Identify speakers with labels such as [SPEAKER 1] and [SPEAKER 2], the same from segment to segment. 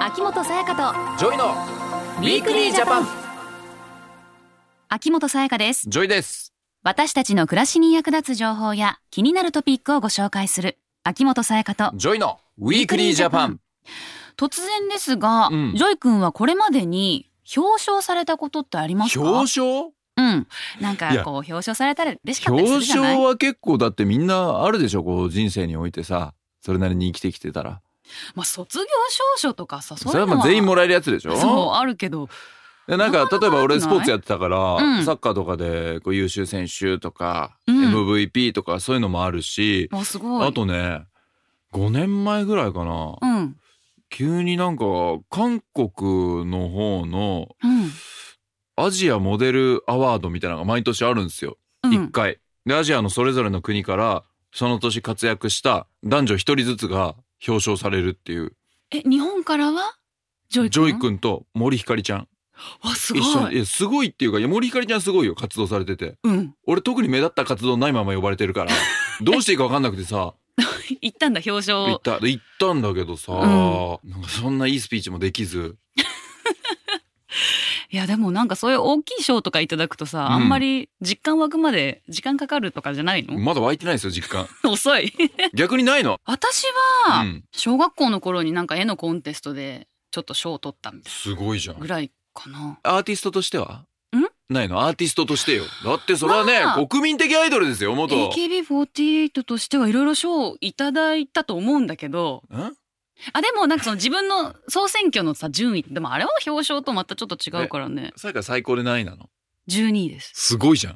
[SPEAKER 1] 秋元さやかと
[SPEAKER 2] ジョイのウィークリージャパン
[SPEAKER 1] 秋元さやかです
[SPEAKER 2] ジョイです
[SPEAKER 1] 私たちの暮らしに役立つ情報や気になるトピックをご紹介する秋元さやかと
[SPEAKER 2] ジョイのウィークリージャパン
[SPEAKER 1] 突然ですが、
[SPEAKER 2] うん
[SPEAKER 1] ジョイ君はこれまでに表彰されたことってありますか
[SPEAKER 2] 表彰
[SPEAKER 1] うんなん
[SPEAKER 2] い
[SPEAKER 1] か
[SPEAKER 2] や
[SPEAKER 1] こう表彰されたら嬉しかったりする
[SPEAKER 2] 表
[SPEAKER 1] じゃない
[SPEAKER 2] 彰は結構だってみんなあるでしょこう人生においてさそれなりに生きてきてたら
[SPEAKER 1] まあ卒業証書とかさそう
[SPEAKER 2] そ
[SPEAKER 1] いう
[SPEAKER 2] れは
[SPEAKER 1] の
[SPEAKER 2] ま
[SPEAKER 1] は
[SPEAKER 2] あ全員もらえるやつでし
[SPEAKER 1] そう
[SPEAKER 2] ょ
[SPEAKER 1] あるけど
[SPEAKER 2] でなんか
[SPEAKER 1] なかなか
[SPEAKER 2] 例えば
[SPEAKER 1] な
[SPEAKER 2] 俺
[SPEAKER 1] い
[SPEAKER 2] スポーツやってたから、
[SPEAKER 1] うん
[SPEAKER 2] サッカーとかでこう優秀選手とか、
[SPEAKER 1] うん
[SPEAKER 2] MVP とかそういうのもあるし、
[SPEAKER 1] あすごい
[SPEAKER 2] あとね5年前ぐらいかな、
[SPEAKER 1] うん
[SPEAKER 2] 急になんか韓国の方の
[SPEAKER 1] うん
[SPEAKER 2] アジアモデルアワードみたいなのが毎年あるんですよ、
[SPEAKER 1] う
[SPEAKER 2] 一
[SPEAKER 1] ん
[SPEAKER 2] 回でアジアのそれぞれの国からその年活躍した男女一人ずつが表彰されるっていう
[SPEAKER 1] え日本からはジョイ君
[SPEAKER 2] ジョイ君と森ひかりちゃん
[SPEAKER 1] わすご
[SPEAKER 2] 一緒に
[SPEAKER 1] い
[SPEAKER 2] いやすごいっていうかいや森ひかりちゃんすごいよ活動されてて
[SPEAKER 1] うん
[SPEAKER 2] 俺特に目立った活動ないまま呼ばれてるから どうしていいか分かんなくてさ
[SPEAKER 1] 行ったんだ表
[SPEAKER 2] 行
[SPEAKER 1] 彰
[SPEAKER 2] った行ったんだけどさ、
[SPEAKER 1] う
[SPEAKER 2] なんかそんないいスピーチもできず
[SPEAKER 1] いやでもなんかそういう大きい賞とかいただくとさ、
[SPEAKER 2] うん
[SPEAKER 1] あんまり実感湧くまで時間かかるとかじゃないの、
[SPEAKER 2] まだ湧いてないですよ 実感
[SPEAKER 1] 遅 い
[SPEAKER 2] 逆にないの
[SPEAKER 1] 私
[SPEAKER 2] う
[SPEAKER 1] は
[SPEAKER 2] ん、
[SPEAKER 1] 小学校の頃になんか絵のコンテストでちょっと賞を取ったみたい
[SPEAKER 2] すごいじゃ
[SPEAKER 1] なぐ
[SPEAKER 2] ん
[SPEAKER 1] らいかな
[SPEAKER 2] アーティストとしては
[SPEAKER 1] ん
[SPEAKER 2] ないのアーティストとしてよだってそれはね、
[SPEAKER 1] まあ
[SPEAKER 2] 国民的アイドルですよ元
[SPEAKER 1] AKB48 としてはいろいろ賞をいただいたと思うんだけど
[SPEAKER 2] ん
[SPEAKER 1] あでもなんかその自分の総選挙のさ順位でもあれは表彰とまたちょっと違うからね
[SPEAKER 2] さやか最高で何位なの
[SPEAKER 1] 12位です
[SPEAKER 2] すごいじゃん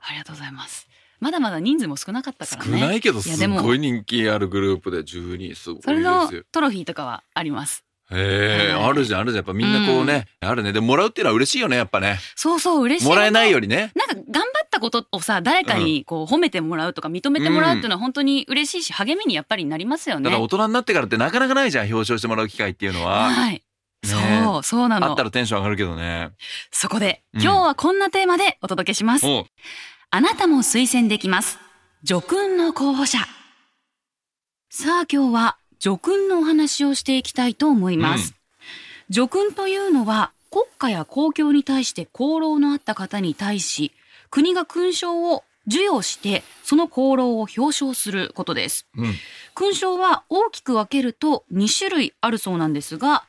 [SPEAKER 1] ありがとうございますまだまだ人数も少なかったから
[SPEAKER 2] 少
[SPEAKER 1] ね
[SPEAKER 2] ないけど
[SPEAKER 1] い
[SPEAKER 2] す
[SPEAKER 1] やでも
[SPEAKER 2] ごい人気あるグループで12すごいです
[SPEAKER 1] それの
[SPEAKER 2] よ
[SPEAKER 1] トロフィーとかはあります
[SPEAKER 2] へえ
[SPEAKER 1] はい
[SPEAKER 2] あるじゃんあるじゃんやっぱみんなこうね、あるねでももらうっていうのは嬉しいよねやっぱね
[SPEAKER 1] そうそう嬉しい
[SPEAKER 2] もらえないよりね
[SPEAKER 1] なんか頑張ったことをさ誰かにこう褒めてもらうとか認めてもらうっていうのは本当に嬉しいし励みにやっぱりなりますよね
[SPEAKER 2] ただ大人になってからってなかなかないじゃん表彰してもらう機会っていうのは、
[SPEAKER 1] はい
[SPEAKER 2] ね
[SPEAKER 1] そうそうな
[SPEAKER 2] あっ
[SPEAKER 1] の
[SPEAKER 2] たらテンション上がるけどね
[SPEAKER 1] そこで
[SPEAKER 2] うん
[SPEAKER 1] 今日はこんなテーマでお届けします
[SPEAKER 2] おう
[SPEAKER 1] あなたも推薦できます叙勲の候補者さあ今日は叙勲のお話をしていきたいと思います、叙勲というのは国家や公共に対して功労のあった方に対し国が勲章を授与してその功労を表彰することです
[SPEAKER 2] うん
[SPEAKER 1] 勲章は大きく分けると2種類あるそうなんですが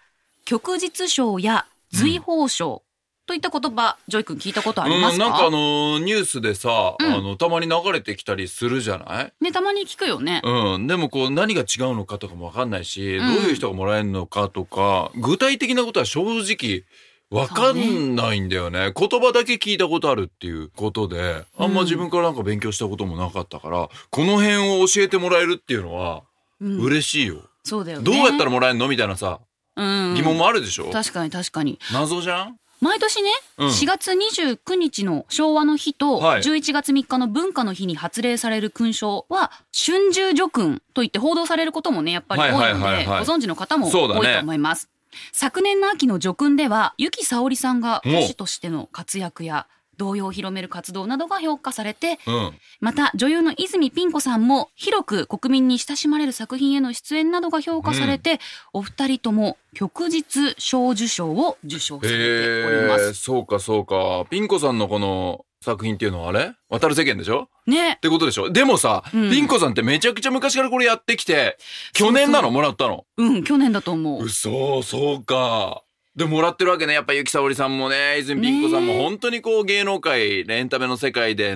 [SPEAKER 1] 旭日章や随宝章といった言葉、ジョイ君聞いたことありますか,、
[SPEAKER 2] うん、なんかあのーニュースでさ、
[SPEAKER 1] うん
[SPEAKER 2] あのたまに流れてきたりするじゃない、
[SPEAKER 1] ねたまに聞くよね、
[SPEAKER 2] うん、でもこう何が違うのかとかも分かんないし、
[SPEAKER 1] うん
[SPEAKER 2] どういう人がもらえるのかとか具体的なことは正直分かんないんだよね言葉だけ聞いたことあるっていうことであんま自分からなんか勉強したこともなかったから、この辺を教えてもらえるっていうのは
[SPEAKER 1] うん
[SPEAKER 2] 嬉しいよ、
[SPEAKER 1] そうだよね
[SPEAKER 2] どうやったらもらえるのみたいなさ
[SPEAKER 1] うん
[SPEAKER 2] 疑問もあるでしょ、
[SPEAKER 1] 確かに確かに
[SPEAKER 2] 謎じゃん
[SPEAKER 1] 毎年ね、
[SPEAKER 2] うん
[SPEAKER 1] 4月29日の昭和の日と
[SPEAKER 2] はい
[SPEAKER 1] 11月3日の文化の日に発令される勲章は春秋叙勲といって報道されることもねやっぱり多いので、
[SPEAKER 2] はいはいはいはい
[SPEAKER 1] ご存知の方も多
[SPEAKER 2] そうだね
[SPEAKER 1] いと思います、昨年の秋の叙勲では由紀さおりさんが歌手としての活躍や動揺を広める活動などが評価されて
[SPEAKER 2] うん
[SPEAKER 1] また女優の泉ピン子さんも広く国民に親しまれる作品への出演などが評価されて、お二人とも旭日賞受賞を受賞されておりま
[SPEAKER 2] えー、
[SPEAKER 1] す。
[SPEAKER 2] そうかそうかピン子さんのこの作品っていうのはあれ渡る世間でしょ
[SPEAKER 1] ね
[SPEAKER 2] っ。てことでしょでもさ、
[SPEAKER 1] うん
[SPEAKER 2] ピン子さんってめちゃくちゃ昔からこれやってきて去年なの
[SPEAKER 1] そうそう
[SPEAKER 2] もらったの
[SPEAKER 1] うん、去年だと思う。
[SPEAKER 2] 嘘そうかでもらってるわけねやっぱゆきさおりさんもね泉ピン子さんも
[SPEAKER 1] ねえ
[SPEAKER 2] 本当にこう芸能界エンタメの世界で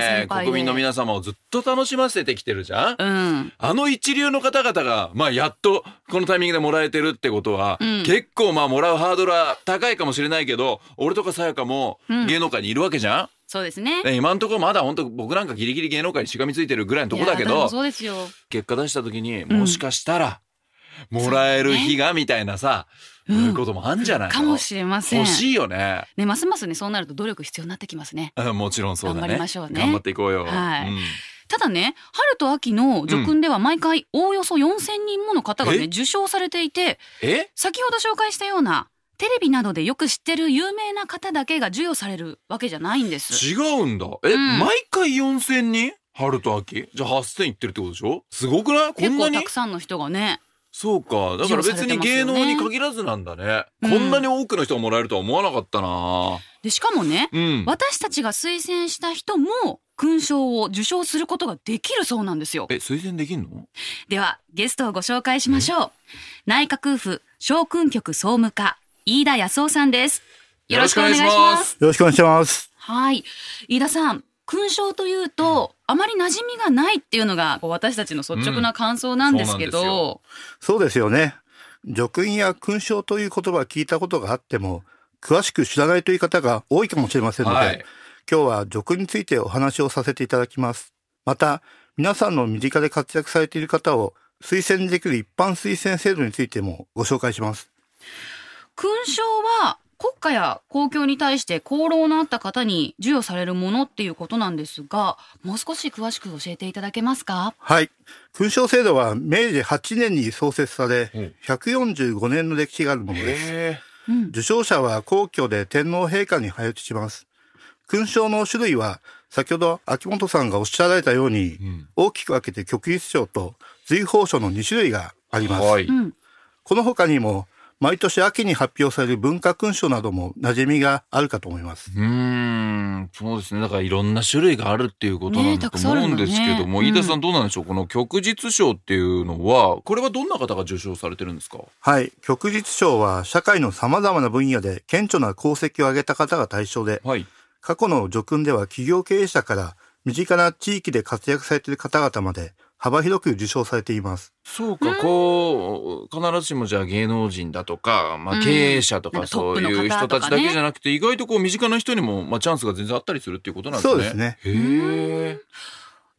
[SPEAKER 1] 芸能界の先輩で
[SPEAKER 2] 国民の皆様をずっと楽しませてきてるじゃん
[SPEAKER 1] うん。
[SPEAKER 2] あの一流の方々が、まあ、やっとこのタイミングでもらえてるってことは、
[SPEAKER 1] うん
[SPEAKER 2] 結構まあもらうハードルは高いかもしれないけど俺とかさやかも
[SPEAKER 1] うん
[SPEAKER 2] 芸能界にいるわけじゃん、
[SPEAKER 1] そうですね。
[SPEAKER 2] ね今んところまだ本当僕なんかギリギリ芸能界にしがみついてるぐらいのとこだけ
[SPEAKER 1] いやで
[SPEAKER 2] ど
[SPEAKER 1] もそうですよ。
[SPEAKER 2] 結果出した時に
[SPEAKER 1] ん
[SPEAKER 2] もしかしたら、もらえる日がみたいなさ、
[SPEAKER 1] うん
[SPEAKER 2] そういうこともあんじゃないの
[SPEAKER 1] かもしれません。
[SPEAKER 2] 欲しいよね
[SPEAKER 1] ね、ますますね、そうなると努力必要になってきますね。
[SPEAKER 2] うんもちろんそうだね
[SPEAKER 1] 頑張りましょうね
[SPEAKER 2] 頑張っていこうよ、
[SPEAKER 1] はい
[SPEAKER 2] うん
[SPEAKER 1] ただね、春と秋の叙勲では毎回おおよそ4000人もの方がね、
[SPEAKER 2] え
[SPEAKER 1] 受賞されていて、
[SPEAKER 2] え
[SPEAKER 1] 先ほど紹介したようなテレビなどでよく知ってる有名な方だけが授与されるわけじゃないんです。
[SPEAKER 2] 違うんだえ、
[SPEAKER 1] うん
[SPEAKER 2] 毎回4000人春と秋じゃあ8000いってるってことでしょすごくないこ
[SPEAKER 1] 結
[SPEAKER 2] んな
[SPEAKER 1] 構
[SPEAKER 2] に
[SPEAKER 1] たくさんの人がね、
[SPEAKER 2] そうか。だから別に芸能に限らずなんだね。
[SPEAKER 1] うん
[SPEAKER 2] こんなに多くの人がもらえるとは思わなかったな
[SPEAKER 1] で、しかもね、
[SPEAKER 2] うん。
[SPEAKER 1] 私たちが推薦した人も勲章を受賞することができるそうなんですよ。
[SPEAKER 2] え、推薦できんの
[SPEAKER 1] では、ゲストをご紹介しましょう。内閣府将軍局総務課、飯田康夫さんです。よろしくお願いし
[SPEAKER 2] よろしくお
[SPEAKER 1] ま。
[SPEAKER 2] 願いします
[SPEAKER 3] よろしくお願いします。
[SPEAKER 1] はい。飯田さん、勲章というと、あまり馴染みがないっていうのが、こう私たちの率直な感想なんですけ
[SPEAKER 2] うんそう
[SPEAKER 1] ど、
[SPEAKER 3] そうですよね。叙勲や勲章という言葉を聞いたことがあっても、詳しく知らないという方が多いかもしれませんので、
[SPEAKER 2] はい。
[SPEAKER 3] 今日は叙勲についてお話をさせていただきます。また、皆さんの身近で活躍されている方を推薦できる一般推薦制度についてもご紹介します。
[SPEAKER 1] 勲章は国家や公共に対して功労のあった方に授与されるものっていうことなんですが、もう少し詳しく教えていただけますか
[SPEAKER 3] はい。勲章制度は明治8年に創設され
[SPEAKER 2] うん、
[SPEAKER 3] 145年の歴史があるものです。
[SPEAKER 2] え
[SPEAKER 1] うん。
[SPEAKER 3] 受章者は皇居で天皇陛下に配置します。勲章の種類は、先ほど秋元さんがおっしゃられたように
[SPEAKER 2] え、うん。
[SPEAKER 3] 大きく分けて旭日章と随宝章の2種類があります。
[SPEAKER 2] はい。
[SPEAKER 1] うん。
[SPEAKER 3] この他にも、毎年秋に発表される文化勲章なども馴染みがあるかと思います。
[SPEAKER 2] うーん、そうですね。だからいろんな種類があるっていうこと
[SPEAKER 1] ね
[SPEAKER 2] な
[SPEAKER 1] え
[SPEAKER 2] んだ
[SPEAKER 1] たく
[SPEAKER 2] と
[SPEAKER 1] さんある
[SPEAKER 2] 思うん
[SPEAKER 1] んだね
[SPEAKER 2] ですけども、
[SPEAKER 1] うん
[SPEAKER 2] 飯田さんどうなんでしょうこの旭日賞っていうのは、これはどんな方が受賞されてるんですか
[SPEAKER 3] はい。旭日章は社会の様々な分野で顕著な功績を挙げた方が対象で、
[SPEAKER 2] はい。
[SPEAKER 3] 過去の叙勲では企業経営者から身近な地域で活躍されている方々まで幅広く受賞されています。
[SPEAKER 2] そうか、こう、必ずしもじゃあ芸能人だとか、ま
[SPEAKER 1] う
[SPEAKER 2] あ
[SPEAKER 1] ん
[SPEAKER 2] 経営者と
[SPEAKER 1] な
[SPEAKER 2] か
[SPEAKER 1] んかト
[SPEAKER 2] そ
[SPEAKER 1] ッ
[SPEAKER 2] う
[SPEAKER 1] プの
[SPEAKER 2] いう
[SPEAKER 1] 方
[SPEAKER 2] 人
[SPEAKER 1] と
[SPEAKER 2] た
[SPEAKER 1] かね
[SPEAKER 2] ちだけじゃなくて、意外とこう身近な人にも、まあチャンスが全然あったりするっていうことなんですね。
[SPEAKER 3] そうですね。
[SPEAKER 2] へえ。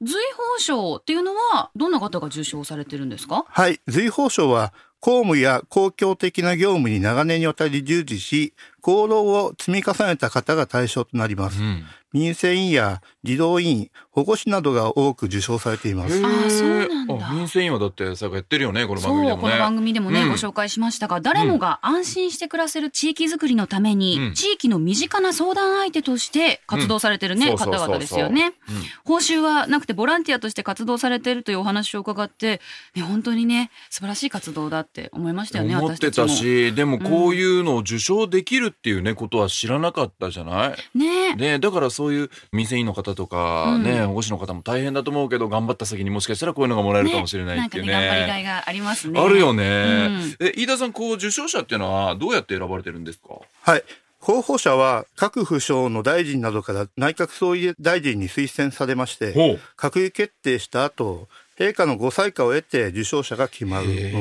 [SPEAKER 1] 随宝章っていうのは、どんな方が受賞されてるんですか
[SPEAKER 3] はい。随宝賞は公務や公共的な業務に長年にわたり従事し、功労を積み重ねた方が対象となります。
[SPEAKER 2] うん。
[SPEAKER 3] 民生委員や児童委員、保護士などが多く受賞されています。
[SPEAKER 1] あーそうなんだ
[SPEAKER 2] へえあ民生委員はだって、最後やってるよね、この番組で
[SPEAKER 1] そ
[SPEAKER 2] も
[SPEAKER 1] う、
[SPEAKER 2] ね。
[SPEAKER 1] この番組でもね、
[SPEAKER 2] うん
[SPEAKER 1] ご紹介しましたが、誰もが安心して暮らせる地域づくりのために、
[SPEAKER 2] うん
[SPEAKER 1] 地域の身近な相談相手として活動されてるね、
[SPEAKER 2] うん
[SPEAKER 1] 方
[SPEAKER 2] そうそうそうそ
[SPEAKER 1] 々
[SPEAKER 2] う
[SPEAKER 1] ですよね
[SPEAKER 2] うん。
[SPEAKER 1] 報酬はなくてボランティアとして活動されてるというお話を伺って、ね、本当にね、素晴らしい活動だって思いましたよね、
[SPEAKER 2] 思っ
[SPEAKER 1] 私
[SPEAKER 2] て
[SPEAKER 1] たちも
[SPEAKER 2] た。し、でもこういうのを受賞できるっていうね、ことは知らなかったじゃない
[SPEAKER 1] ね
[SPEAKER 2] ね、だからそういう店員の方とか、
[SPEAKER 1] うん
[SPEAKER 2] ね、保護士の方も大変だと思うけど、頑張った先にもしかしたらこういうのがもらえるかもしれない
[SPEAKER 1] な
[SPEAKER 2] っ
[SPEAKER 1] んか
[SPEAKER 2] ていう
[SPEAKER 1] ね、
[SPEAKER 2] ね。
[SPEAKER 1] 頑張りがいがありますね。
[SPEAKER 2] あるよ
[SPEAKER 1] う
[SPEAKER 2] ね。
[SPEAKER 1] ん。
[SPEAKER 2] え、飯田さん、こう、受賞者っていうのはどうやって選ばれてるんですか
[SPEAKER 3] はい。候補者は各府省の大臣などから内閣総理大臣に推薦されまして、
[SPEAKER 2] ほう。
[SPEAKER 3] 閣議決定した後、陛下のご採火を得て受賞者が決まるものです。
[SPEAKER 1] へ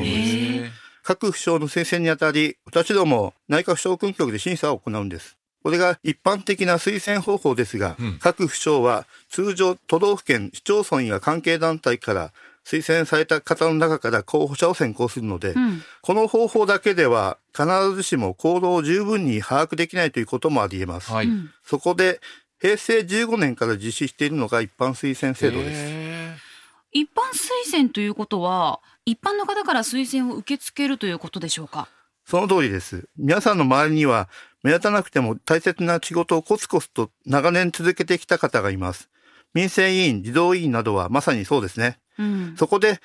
[SPEAKER 2] え。
[SPEAKER 3] 各府省の推薦にあたり、私ども内閣省訓局で審査を行うんです。これが一般的な推薦方法ですが、
[SPEAKER 2] うん
[SPEAKER 3] 各府省は通常都道府県、市町村や関係団体から推薦された方の中から候補者を選考するので、
[SPEAKER 1] うん
[SPEAKER 3] この方法だけでは必ずしも行動を十分に把握できないということもあり得ます。
[SPEAKER 2] はい。
[SPEAKER 1] うん
[SPEAKER 3] そこで平成15年から実施しているのが一般推薦制度です。
[SPEAKER 2] へ
[SPEAKER 1] 一般推薦ということは、一般の方から推薦を受け付けるということでしょうか。
[SPEAKER 3] その通りです。皆さんの周りには、目立たなくても大切な仕事をコツコツと長年続けてきた方がいます。民生委員、児童委員などはまさにそうですね。
[SPEAKER 1] うん
[SPEAKER 3] そこで、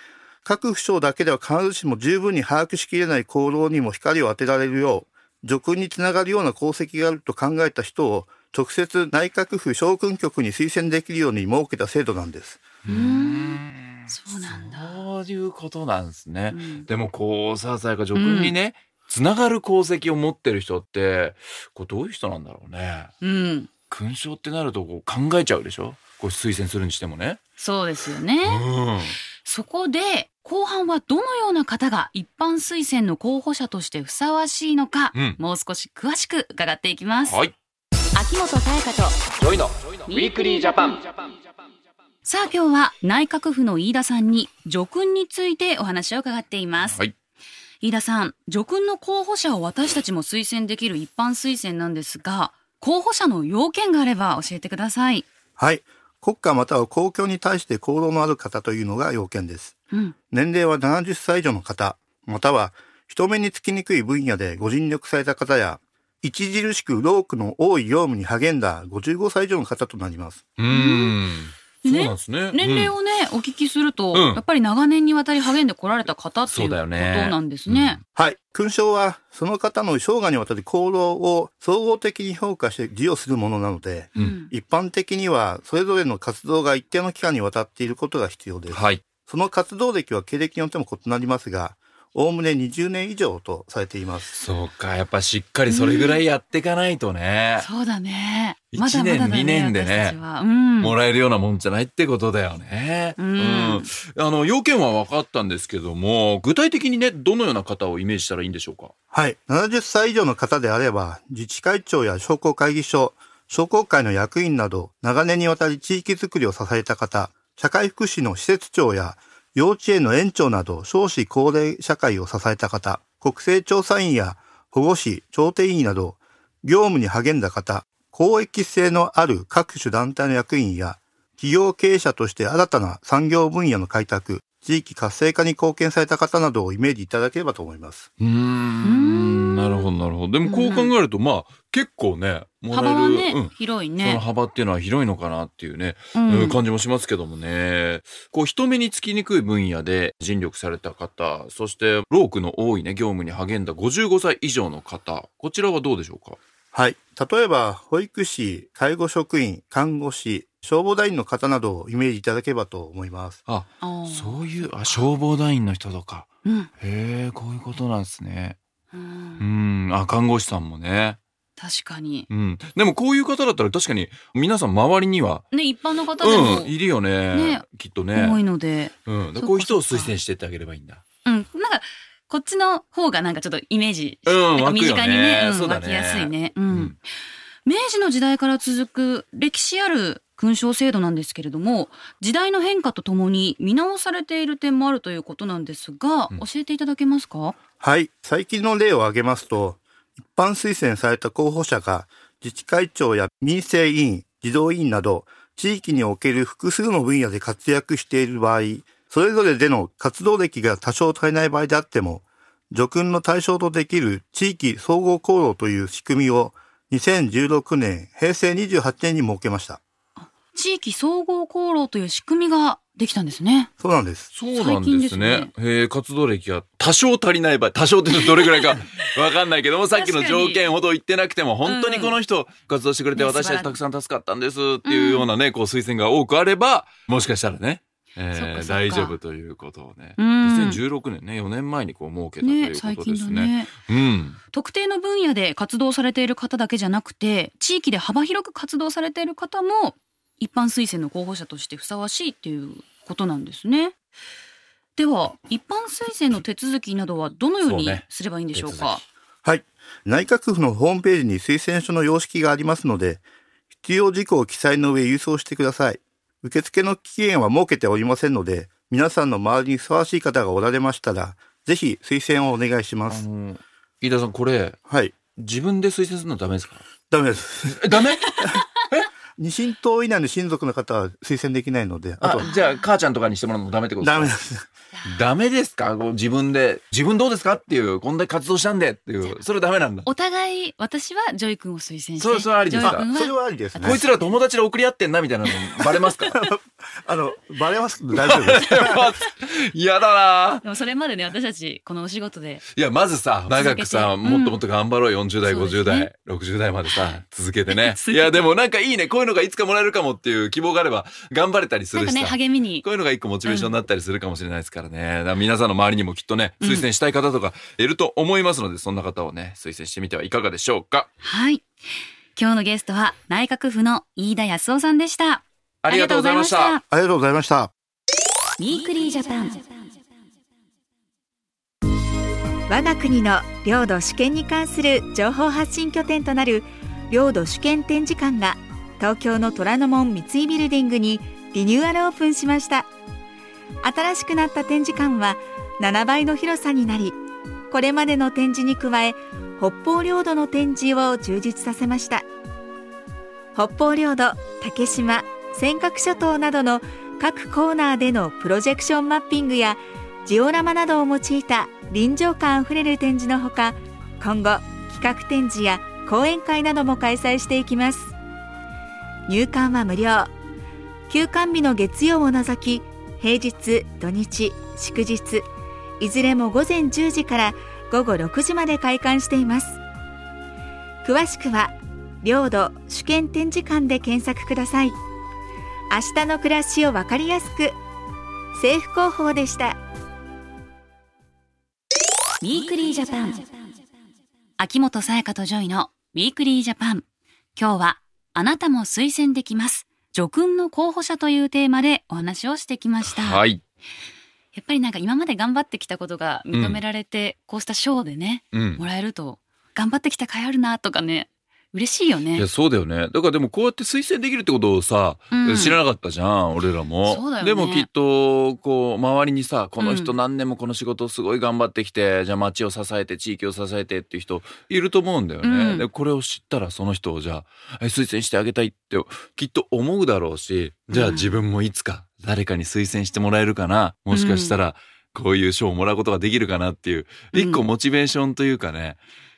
[SPEAKER 3] 各府省だけでは必ずしも十分に把握しきれない行動にも光を当てられるよう、叙勲につながるような功績があると考えた人を、直接内閣府将軍局に推薦できるように設けた制度なんです。
[SPEAKER 1] うーんそうなんだ。
[SPEAKER 2] そういうことなんですね
[SPEAKER 1] う。ん
[SPEAKER 2] でも、こう、さあさやか、君にね、つながる功績を持ってる人って、こう、どういう人なんだろうね。
[SPEAKER 1] うん、
[SPEAKER 2] 勲章ってなると、こう、考えちゃうでしょこう、推薦するにしてもね。
[SPEAKER 1] そうですよね。
[SPEAKER 2] うん。
[SPEAKER 1] そこで後半はどのような方が一般推薦の候補者としてふさわしいのか、
[SPEAKER 2] うん
[SPEAKER 1] もう少し詳しく伺っていきます。
[SPEAKER 2] はい。
[SPEAKER 1] 秋元彩香と
[SPEAKER 2] ジョイの、
[SPEAKER 1] ウィークリージャパン。さあ今日は内閣府の飯田さんに叙勲についてお話を伺っています。
[SPEAKER 2] はい
[SPEAKER 1] 飯田さん、叙勲の候補者を私たちも推薦できる一般推薦なんですが、候補者の要件があれば教えてください。
[SPEAKER 3] はい。国家または公共に対して行動のある方というのが要件です。
[SPEAKER 1] うん、
[SPEAKER 3] 年齢は70歳以上の方、または人目につきにくい分野でご尽力された方や、著しく労苦の多い業務に励んだ55歳以上の方となります。
[SPEAKER 2] うーん。そう
[SPEAKER 1] ね
[SPEAKER 2] なんですね。
[SPEAKER 1] 年齢をね、お聞きすると、
[SPEAKER 2] う
[SPEAKER 1] や
[SPEAKER 2] ん
[SPEAKER 1] っぱり長年にわたり励んでこられた方っていう
[SPEAKER 2] そう
[SPEAKER 1] こ
[SPEAKER 2] だ
[SPEAKER 1] と
[SPEAKER 2] よね
[SPEAKER 1] なんですね。
[SPEAKER 3] はい。勲章は、その方の生涯にわたる功労を総合的に評価して授与するものなので、
[SPEAKER 2] うん
[SPEAKER 1] うん
[SPEAKER 3] 一般的にはそれぞれの活動が一定の期間にわたっていることが必要で
[SPEAKER 2] うん
[SPEAKER 3] す。
[SPEAKER 2] はい。
[SPEAKER 3] その活動歴は経歴によっても異なりますが、おおむね20年以上とされています。
[SPEAKER 2] そうか、やっぱしっかりそれぐらいやっていかないとね、
[SPEAKER 1] そうだね。
[SPEAKER 2] 一
[SPEAKER 1] まだまだだね、
[SPEAKER 2] 年二年でね
[SPEAKER 1] 私たちはうん、
[SPEAKER 2] もらえるようなもんじゃないってことだよね。
[SPEAKER 1] うん
[SPEAKER 2] あの、要件は分かったんですけども、具体的にね、どのような方をイメージしたらいいんでしょうか
[SPEAKER 3] はい。70歳以上の方であれば、自治会長や商工会議所、商工会の役員など、長年にわたり地域づくりを支えた方、社会福祉の施設長や幼稚園の園長など、少子高齢社会を支えた方、国政調査員や保護士、調停委員など、業務に励んだ方、公益性のある各種団体の役員や、企業経営者として新たな産業分野の開拓、地域活性化に貢献された方などをイメージいただければと思います。
[SPEAKER 2] うーん。なるほど、なるほど。でもこう考えると、まあ、結構ね、もら
[SPEAKER 1] 幅
[SPEAKER 2] える。
[SPEAKER 1] はね、
[SPEAKER 2] うん
[SPEAKER 1] 広い
[SPEAKER 2] その
[SPEAKER 1] ね。
[SPEAKER 2] 幅っていうのは広いのかなっていうね、
[SPEAKER 1] うん
[SPEAKER 2] うん感じもしますけどもね。こう人目につきにくい分野で尽力された方、そして労苦の多いね、業務に励んだ55歳以上の方、こちらはどうでしょうか
[SPEAKER 3] はい。例えば、保育士、介護職員、看護師、消防団員の方などをイメージいただければと思います。
[SPEAKER 2] あ、
[SPEAKER 1] あー
[SPEAKER 2] そういう、あ、消防団員の人とか。
[SPEAKER 1] うん
[SPEAKER 2] へえ、こういうことなんですね。
[SPEAKER 1] う
[SPEAKER 2] うんん、あ、看護師さんもね。
[SPEAKER 1] 確かに。
[SPEAKER 2] うん。でもこういう方だったら確かに皆さん周りには、
[SPEAKER 1] ね、一般の方でも
[SPEAKER 2] うん、いるよね。
[SPEAKER 1] ね
[SPEAKER 2] きっと
[SPEAKER 1] 多い
[SPEAKER 2] ね。
[SPEAKER 1] ので、
[SPEAKER 2] うん。で
[SPEAKER 1] そっか
[SPEAKER 2] こういう人を推薦してってあげればいいんだ。
[SPEAKER 1] うん、なんか、こっちの方がなんかちょっとイメージ、
[SPEAKER 2] うん、
[SPEAKER 1] なんか
[SPEAKER 2] 湧
[SPEAKER 1] 身
[SPEAKER 2] くよ
[SPEAKER 1] 近にね、う
[SPEAKER 2] ね。
[SPEAKER 1] ん
[SPEAKER 2] そうだ
[SPEAKER 1] 湧
[SPEAKER 2] ね。
[SPEAKER 1] きやすいね。う
[SPEAKER 2] うんん。
[SPEAKER 1] 明治の時代から続く歴史ある勲章制度なんですけれども時代の変化とともに見直されている点もあるということなんですが、
[SPEAKER 2] うん
[SPEAKER 1] 教えていただけますか
[SPEAKER 3] はい。最近の例を挙げますと、一般推薦された候補者が、自治会長や民生委員、児童委員など、地域における複数の分野で活躍している場合、それぞれでの活動歴が多少足りない場合であっても、除君の対象とできる地域総合功労という仕組みを、2016年、平成28年に設けました。
[SPEAKER 1] 地域総合功労という仕組みができたんですね
[SPEAKER 3] そうなんです。
[SPEAKER 2] そうなん
[SPEAKER 1] 最近
[SPEAKER 2] で
[SPEAKER 1] ですすね
[SPEAKER 2] ね。へえ活動歴が多少足りない場合、多少ってどれぐら いかわかんないけども、さっきの
[SPEAKER 1] 確かに
[SPEAKER 2] 条件ほど言ってなくても、本当にこの人活動してくれて
[SPEAKER 1] ね
[SPEAKER 2] 私た
[SPEAKER 1] 素晴
[SPEAKER 2] ちた
[SPEAKER 1] ら
[SPEAKER 2] くさん助かったんですっていうようなね、こう推薦が多くあれば、もしかしたらね、え
[SPEAKER 1] そっかそっ
[SPEAKER 2] ー
[SPEAKER 1] か
[SPEAKER 2] 大丈夫ということをね。
[SPEAKER 1] うん
[SPEAKER 2] 2016年ね、4年前にこう設けたとい
[SPEAKER 1] ね
[SPEAKER 2] う
[SPEAKER 1] 最
[SPEAKER 2] ことで
[SPEAKER 1] 近
[SPEAKER 2] す
[SPEAKER 1] だ
[SPEAKER 2] ね。
[SPEAKER 1] ね
[SPEAKER 2] うん。
[SPEAKER 1] 特定の分野で活動されている方だけじゃなくて地域で幅広く活動されている方も一般推薦の候補者としてふさわしいっていうことなんですね。では一般推薦の手続きなどはどのように
[SPEAKER 2] そうね
[SPEAKER 1] すればいいんでしょう
[SPEAKER 2] 手続
[SPEAKER 1] か。
[SPEAKER 3] はい。内閣府のホームページに推薦書の様式がありますので、必要事項を記載の上郵送してください。受付の期限は設けておりませんので、皆さんの周りにふさわしい方がおられましたら、ぜひ推薦をお願いしま
[SPEAKER 2] あ
[SPEAKER 3] す。
[SPEAKER 2] の、飯田さん、これ、
[SPEAKER 3] はい。
[SPEAKER 2] 自分で推薦するのダメですか
[SPEAKER 3] ダメです。
[SPEAKER 2] え、ダメ
[SPEAKER 3] 二親等以内の親族の方は推薦できないので、あと、
[SPEAKER 2] あじゃあ、母ちゃんとかにしてもらうのもダメってことですか
[SPEAKER 3] ダメです。
[SPEAKER 2] ダメですかこう自分で、自分どうですかっていう、こんな活動したんでっていう、それダメなんだ。
[SPEAKER 1] お互い私はジョイ君を推薦して、
[SPEAKER 2] そうそうありですか
[SPEAKER 1] ジョイ
[SPEAKER 3] あ
[SPEAKER 1] 君は
[SPEAKER 3] それはありですね。
[SPEAKER 2] こいつら友達で送り合ってんなみたいなのバレ ますか
[SPEAKER 3] あの、バレますけど大丈夫です。
[SPEAKER 2] 嫌だな
[SPEAKER 1] でもそれまでね私たちこのお仕事で
[SPEAKER 2] いや、まずさ、長くさ、
[SPEAKER 1] 続けて
[SPEAKER 2] もっともっと頑張ろうよ。40代、
[SPEAKER 1] そうです
[SPEAKER 2] 50
[SPEAKER 1] ね
[SPEAKER 2] 代、60代までさ、続け
[SPEAKER 1] 。
[SPEAKER 2] てね
[SPEAKER 1] 続けて
[SPEAKER 2] いや、でもなんかいいね。こういうのがいつかもらえるかもっていう希望があれば、頑張れたりす
[SPEAKER 1] なん
[SPEAKER 2] る
[SPEAKER 1] か
[SPEAKER 2] し
[SPEAKER 1] ね
[SPEAKER 2] さ。
[SPEAKER 1] 励みに
[SPEAKER 2] こういうのが一個モチベーションになったりするかもしれないですからね。だから皆さんの周りにもきっとね、推薦したい方とかいると思いますので、そんな方をね、推薦してみてはいかがでしょうか。
[SPEAKER 1] はい今日のゲストは内閣府の飯田康夫さんでした
[SPEAKER 2] ありがとうございました。
[SPEAKER 3] ありがとうございました。
[SPEAKER 1] ウィークリージャパン
[SPEAKER 4] 我が国の領土主権に関する情報発信拠点となる領土主権展示館が東京の虎ノ門三井ビルディングにリニューアルオープンしました新しくなった展示館は7倍の広さになりこれまでの展示に加え北方領土の展示を充実させました北方領土竹島尖閣諸島などの各コーナーでのプロジェクションマッピングやジオラマなどを用いた臨場感あふれる展示のほか今後企画展示や講演会なども開催していきます入館は無料休館日の月曜を除き平日土日祝日いずれも午前10時から午後6時まで開館しています詳しくは領土主権展示館で検索ください明日の暮らしをわかりやすく政府広報でした
[SPEAKER 1] ウィークリージャパン。秋元才加とジョイのウィークリージャパン。今日は、あなたも推薦できます。叙勲の候補者というテーマでお話をしてきました。
[SPEAKER 2] はい。
[SPEAKER 1] やっぱりなんか今まで頑張ってきたことが認められて、こうした賞でね、
[SPEAKER 2] うん
[SPEAKER 1] も。らえると、頑張ってきた甲斐あるなとかね、嬉しいよ
[SPEAKER 2] い
[SPEAKER 1] ね
[SPEAKER 2] や。そうだよねだからでもこうやって推薦できるってことをさ、
[SPEAKER 1] うん
[SPEAKER 2] 知らなかったじゃん俺らも
[SPEAKER 1] そうだよね
[SPEAKER 2] でもきっとこう周りにさこの人何年もこの仕事すごい頑張ってきて、じゃあ町を支えて地域を支えてっていう人いると思うんだよね、
[SPEAKER 1] うん
[SPEAKER 2] でこれを知ったらその人をじゃあえ推薦してあげたいってきっと思うだろうしじゃあ
[SPEAKER 1] うん
[SPEAKER 2] 自分もいつか誰かに推薦してもらえるかなもしかしたらこういう賞をもらうことができるかなっていう
[SPEAKER 1] うん
[SPEAKER 2] 一個モチベーションというかね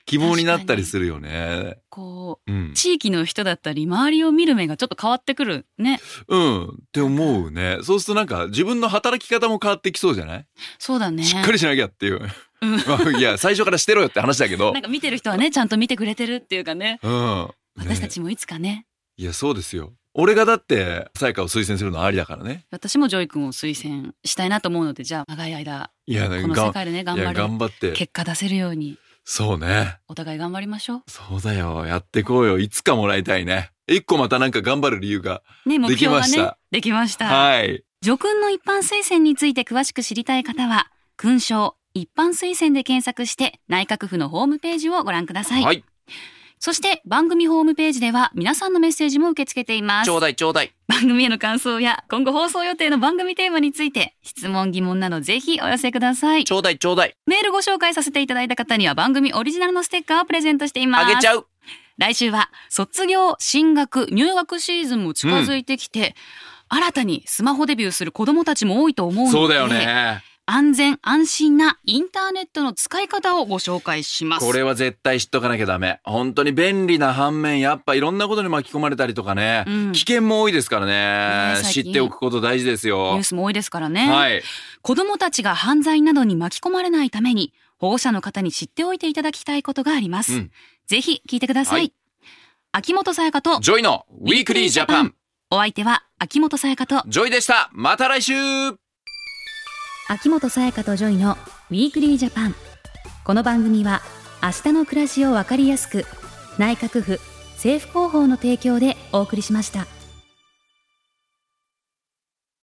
[SPEAKER 2] 希望になったりするよね。
[SPEAKER 1] こ
[SPEAKER 2] うん
[SPEAKER 1] う、地域の人だったり、周りを見る目がちょっと変わってくるね。
[SPEAKER 2] うん。って思うね。そうするとなんか自分の働き方も変わってきそうじゃない、
[SPEAKER 1] そうだね。
[SPEAKER 2] しっかりしなきゃっていう。
[SPEAKER 1] うん
[SPEAKER 2] まあいや、最初からしてろよって話だけど
[SPEAKER 1] なん。か見てる人はね、ちゃんと見てくれてるっていうかね。
[SPEAKER 2] うん。
[SPEAKER 1] 私た
[SPEAKER 2] ね
[SPEAKER 1] ちもいつかね、
[SPEAKER 2] いや、そうですよ。俺がだって、さやかを推薦するのはありだからね。
[SPEAKER 1] 私もジョイ君を推薦したいなと思うので、じゃあ長い間、
[SPEAKER 2] いや、
[SPEAKER 1] こ
[SPEAKER 2] ね
[SPEAKER 1] の
[SPEAKER 2] が
[SPEAKER 1] 世
[SPEAKER 2] ん
[SPEAKER 1] 界でね、頑
[SPEAKER 2] いや、
[SPEAKER 1] 張る。
[SPEAKER 2] 頑張って。
[SPEAKER 1] 結果出せるように、
[SPEAKER 2] そうね。
[SPEAKER 1] お互い頑張りましょ
[SPEAKER 2] そうだよ。やってこうよ。いつかもらいたいね。一個またなんか頑張る理由が。
[SPEAKER 1] う。ね、目標が
[SPEAKER 2] で
[SPEAKER 1] ね
[SPEAKER 2] きました、
[SPEAKER 1] できました。
[SPEAKER 2] はい。
[SPEAKER 1] 叙勲の一般推薦について詳しく知りたい方は、勲章一般推薦で検索して内閣府のホームページをご覧ください。
[SPEAKER 2] はい。
[SPEAKER 1] そして番組ホームページでは皆さんのメッセージも受け付けています
[SPEAKER 2] ちょ。うだいちょうだい。
[SPEAKER 1] 番組への感想や今後放送予定の番組テーマについて質問疑問などぜひお寄せください。
[SPEAKER 2] ちょうだいちょうだい。
[SPEAKER 1] メールご紹介させていただいた方には番組オリジナルのステッカーをプレゼントしていま
[SPEAKER 2] あ
[SPEAKER 1] す。
[SPEAKER 2] げちゃう。
[SPEAKER 1] 来週は卒業、進学、入学シーズンも近づいてきて、新たにスマホデビューする子供たちも多いと思うので、
[SPEAKER 2] そうだよね。
[SPEAKER 1] 安全安心なインターネットの使い方をご紹介します。
[SPEAKER 2] これは絶対知っとかなきゃダメ。本当に便利な反面、やっぱいろんなことに巻き込まれたりとかね、
[SPEAKER 1] うん
[SPEAKER 2] 危険も多いですから
[SPEAKER 1] ね
[SPEAKER 2] ね
[SPEAKER 1] え最
[SPEAKER 2] 知
[SPEAKER 1] 近
[SPEAKER 2] っておくこと大事です
[SPEAKER 1] ニュ
[SPEAKER 2] よ
[SPEAKER 1] ー。スも多いですからね、
[SPEAKER 2] はい。
[SPEAKER 1] 子供たちが犯罪などに巻き込まれないために、保護者の方に知っておいていただきたいことがあります。
[SPEAKER 2] うん
[SPEAKER 1] ぜひ聞いてください。
[SPEAKER 2] はい
[SPEAKER 1] 秋元さやかと、
[SPEAKER 2] ジョイのウィークリージャパン。
[SPEAKER 1] お相手は秋元さやかと、
[SPEAKER 2] ジョイでした。また来週
[SPEAKER 1] 秋元才加とジョイのウィークリージャパンこの番組は明日の暮らしをわかりやすく内閣府政府広報の提供でお送りしました。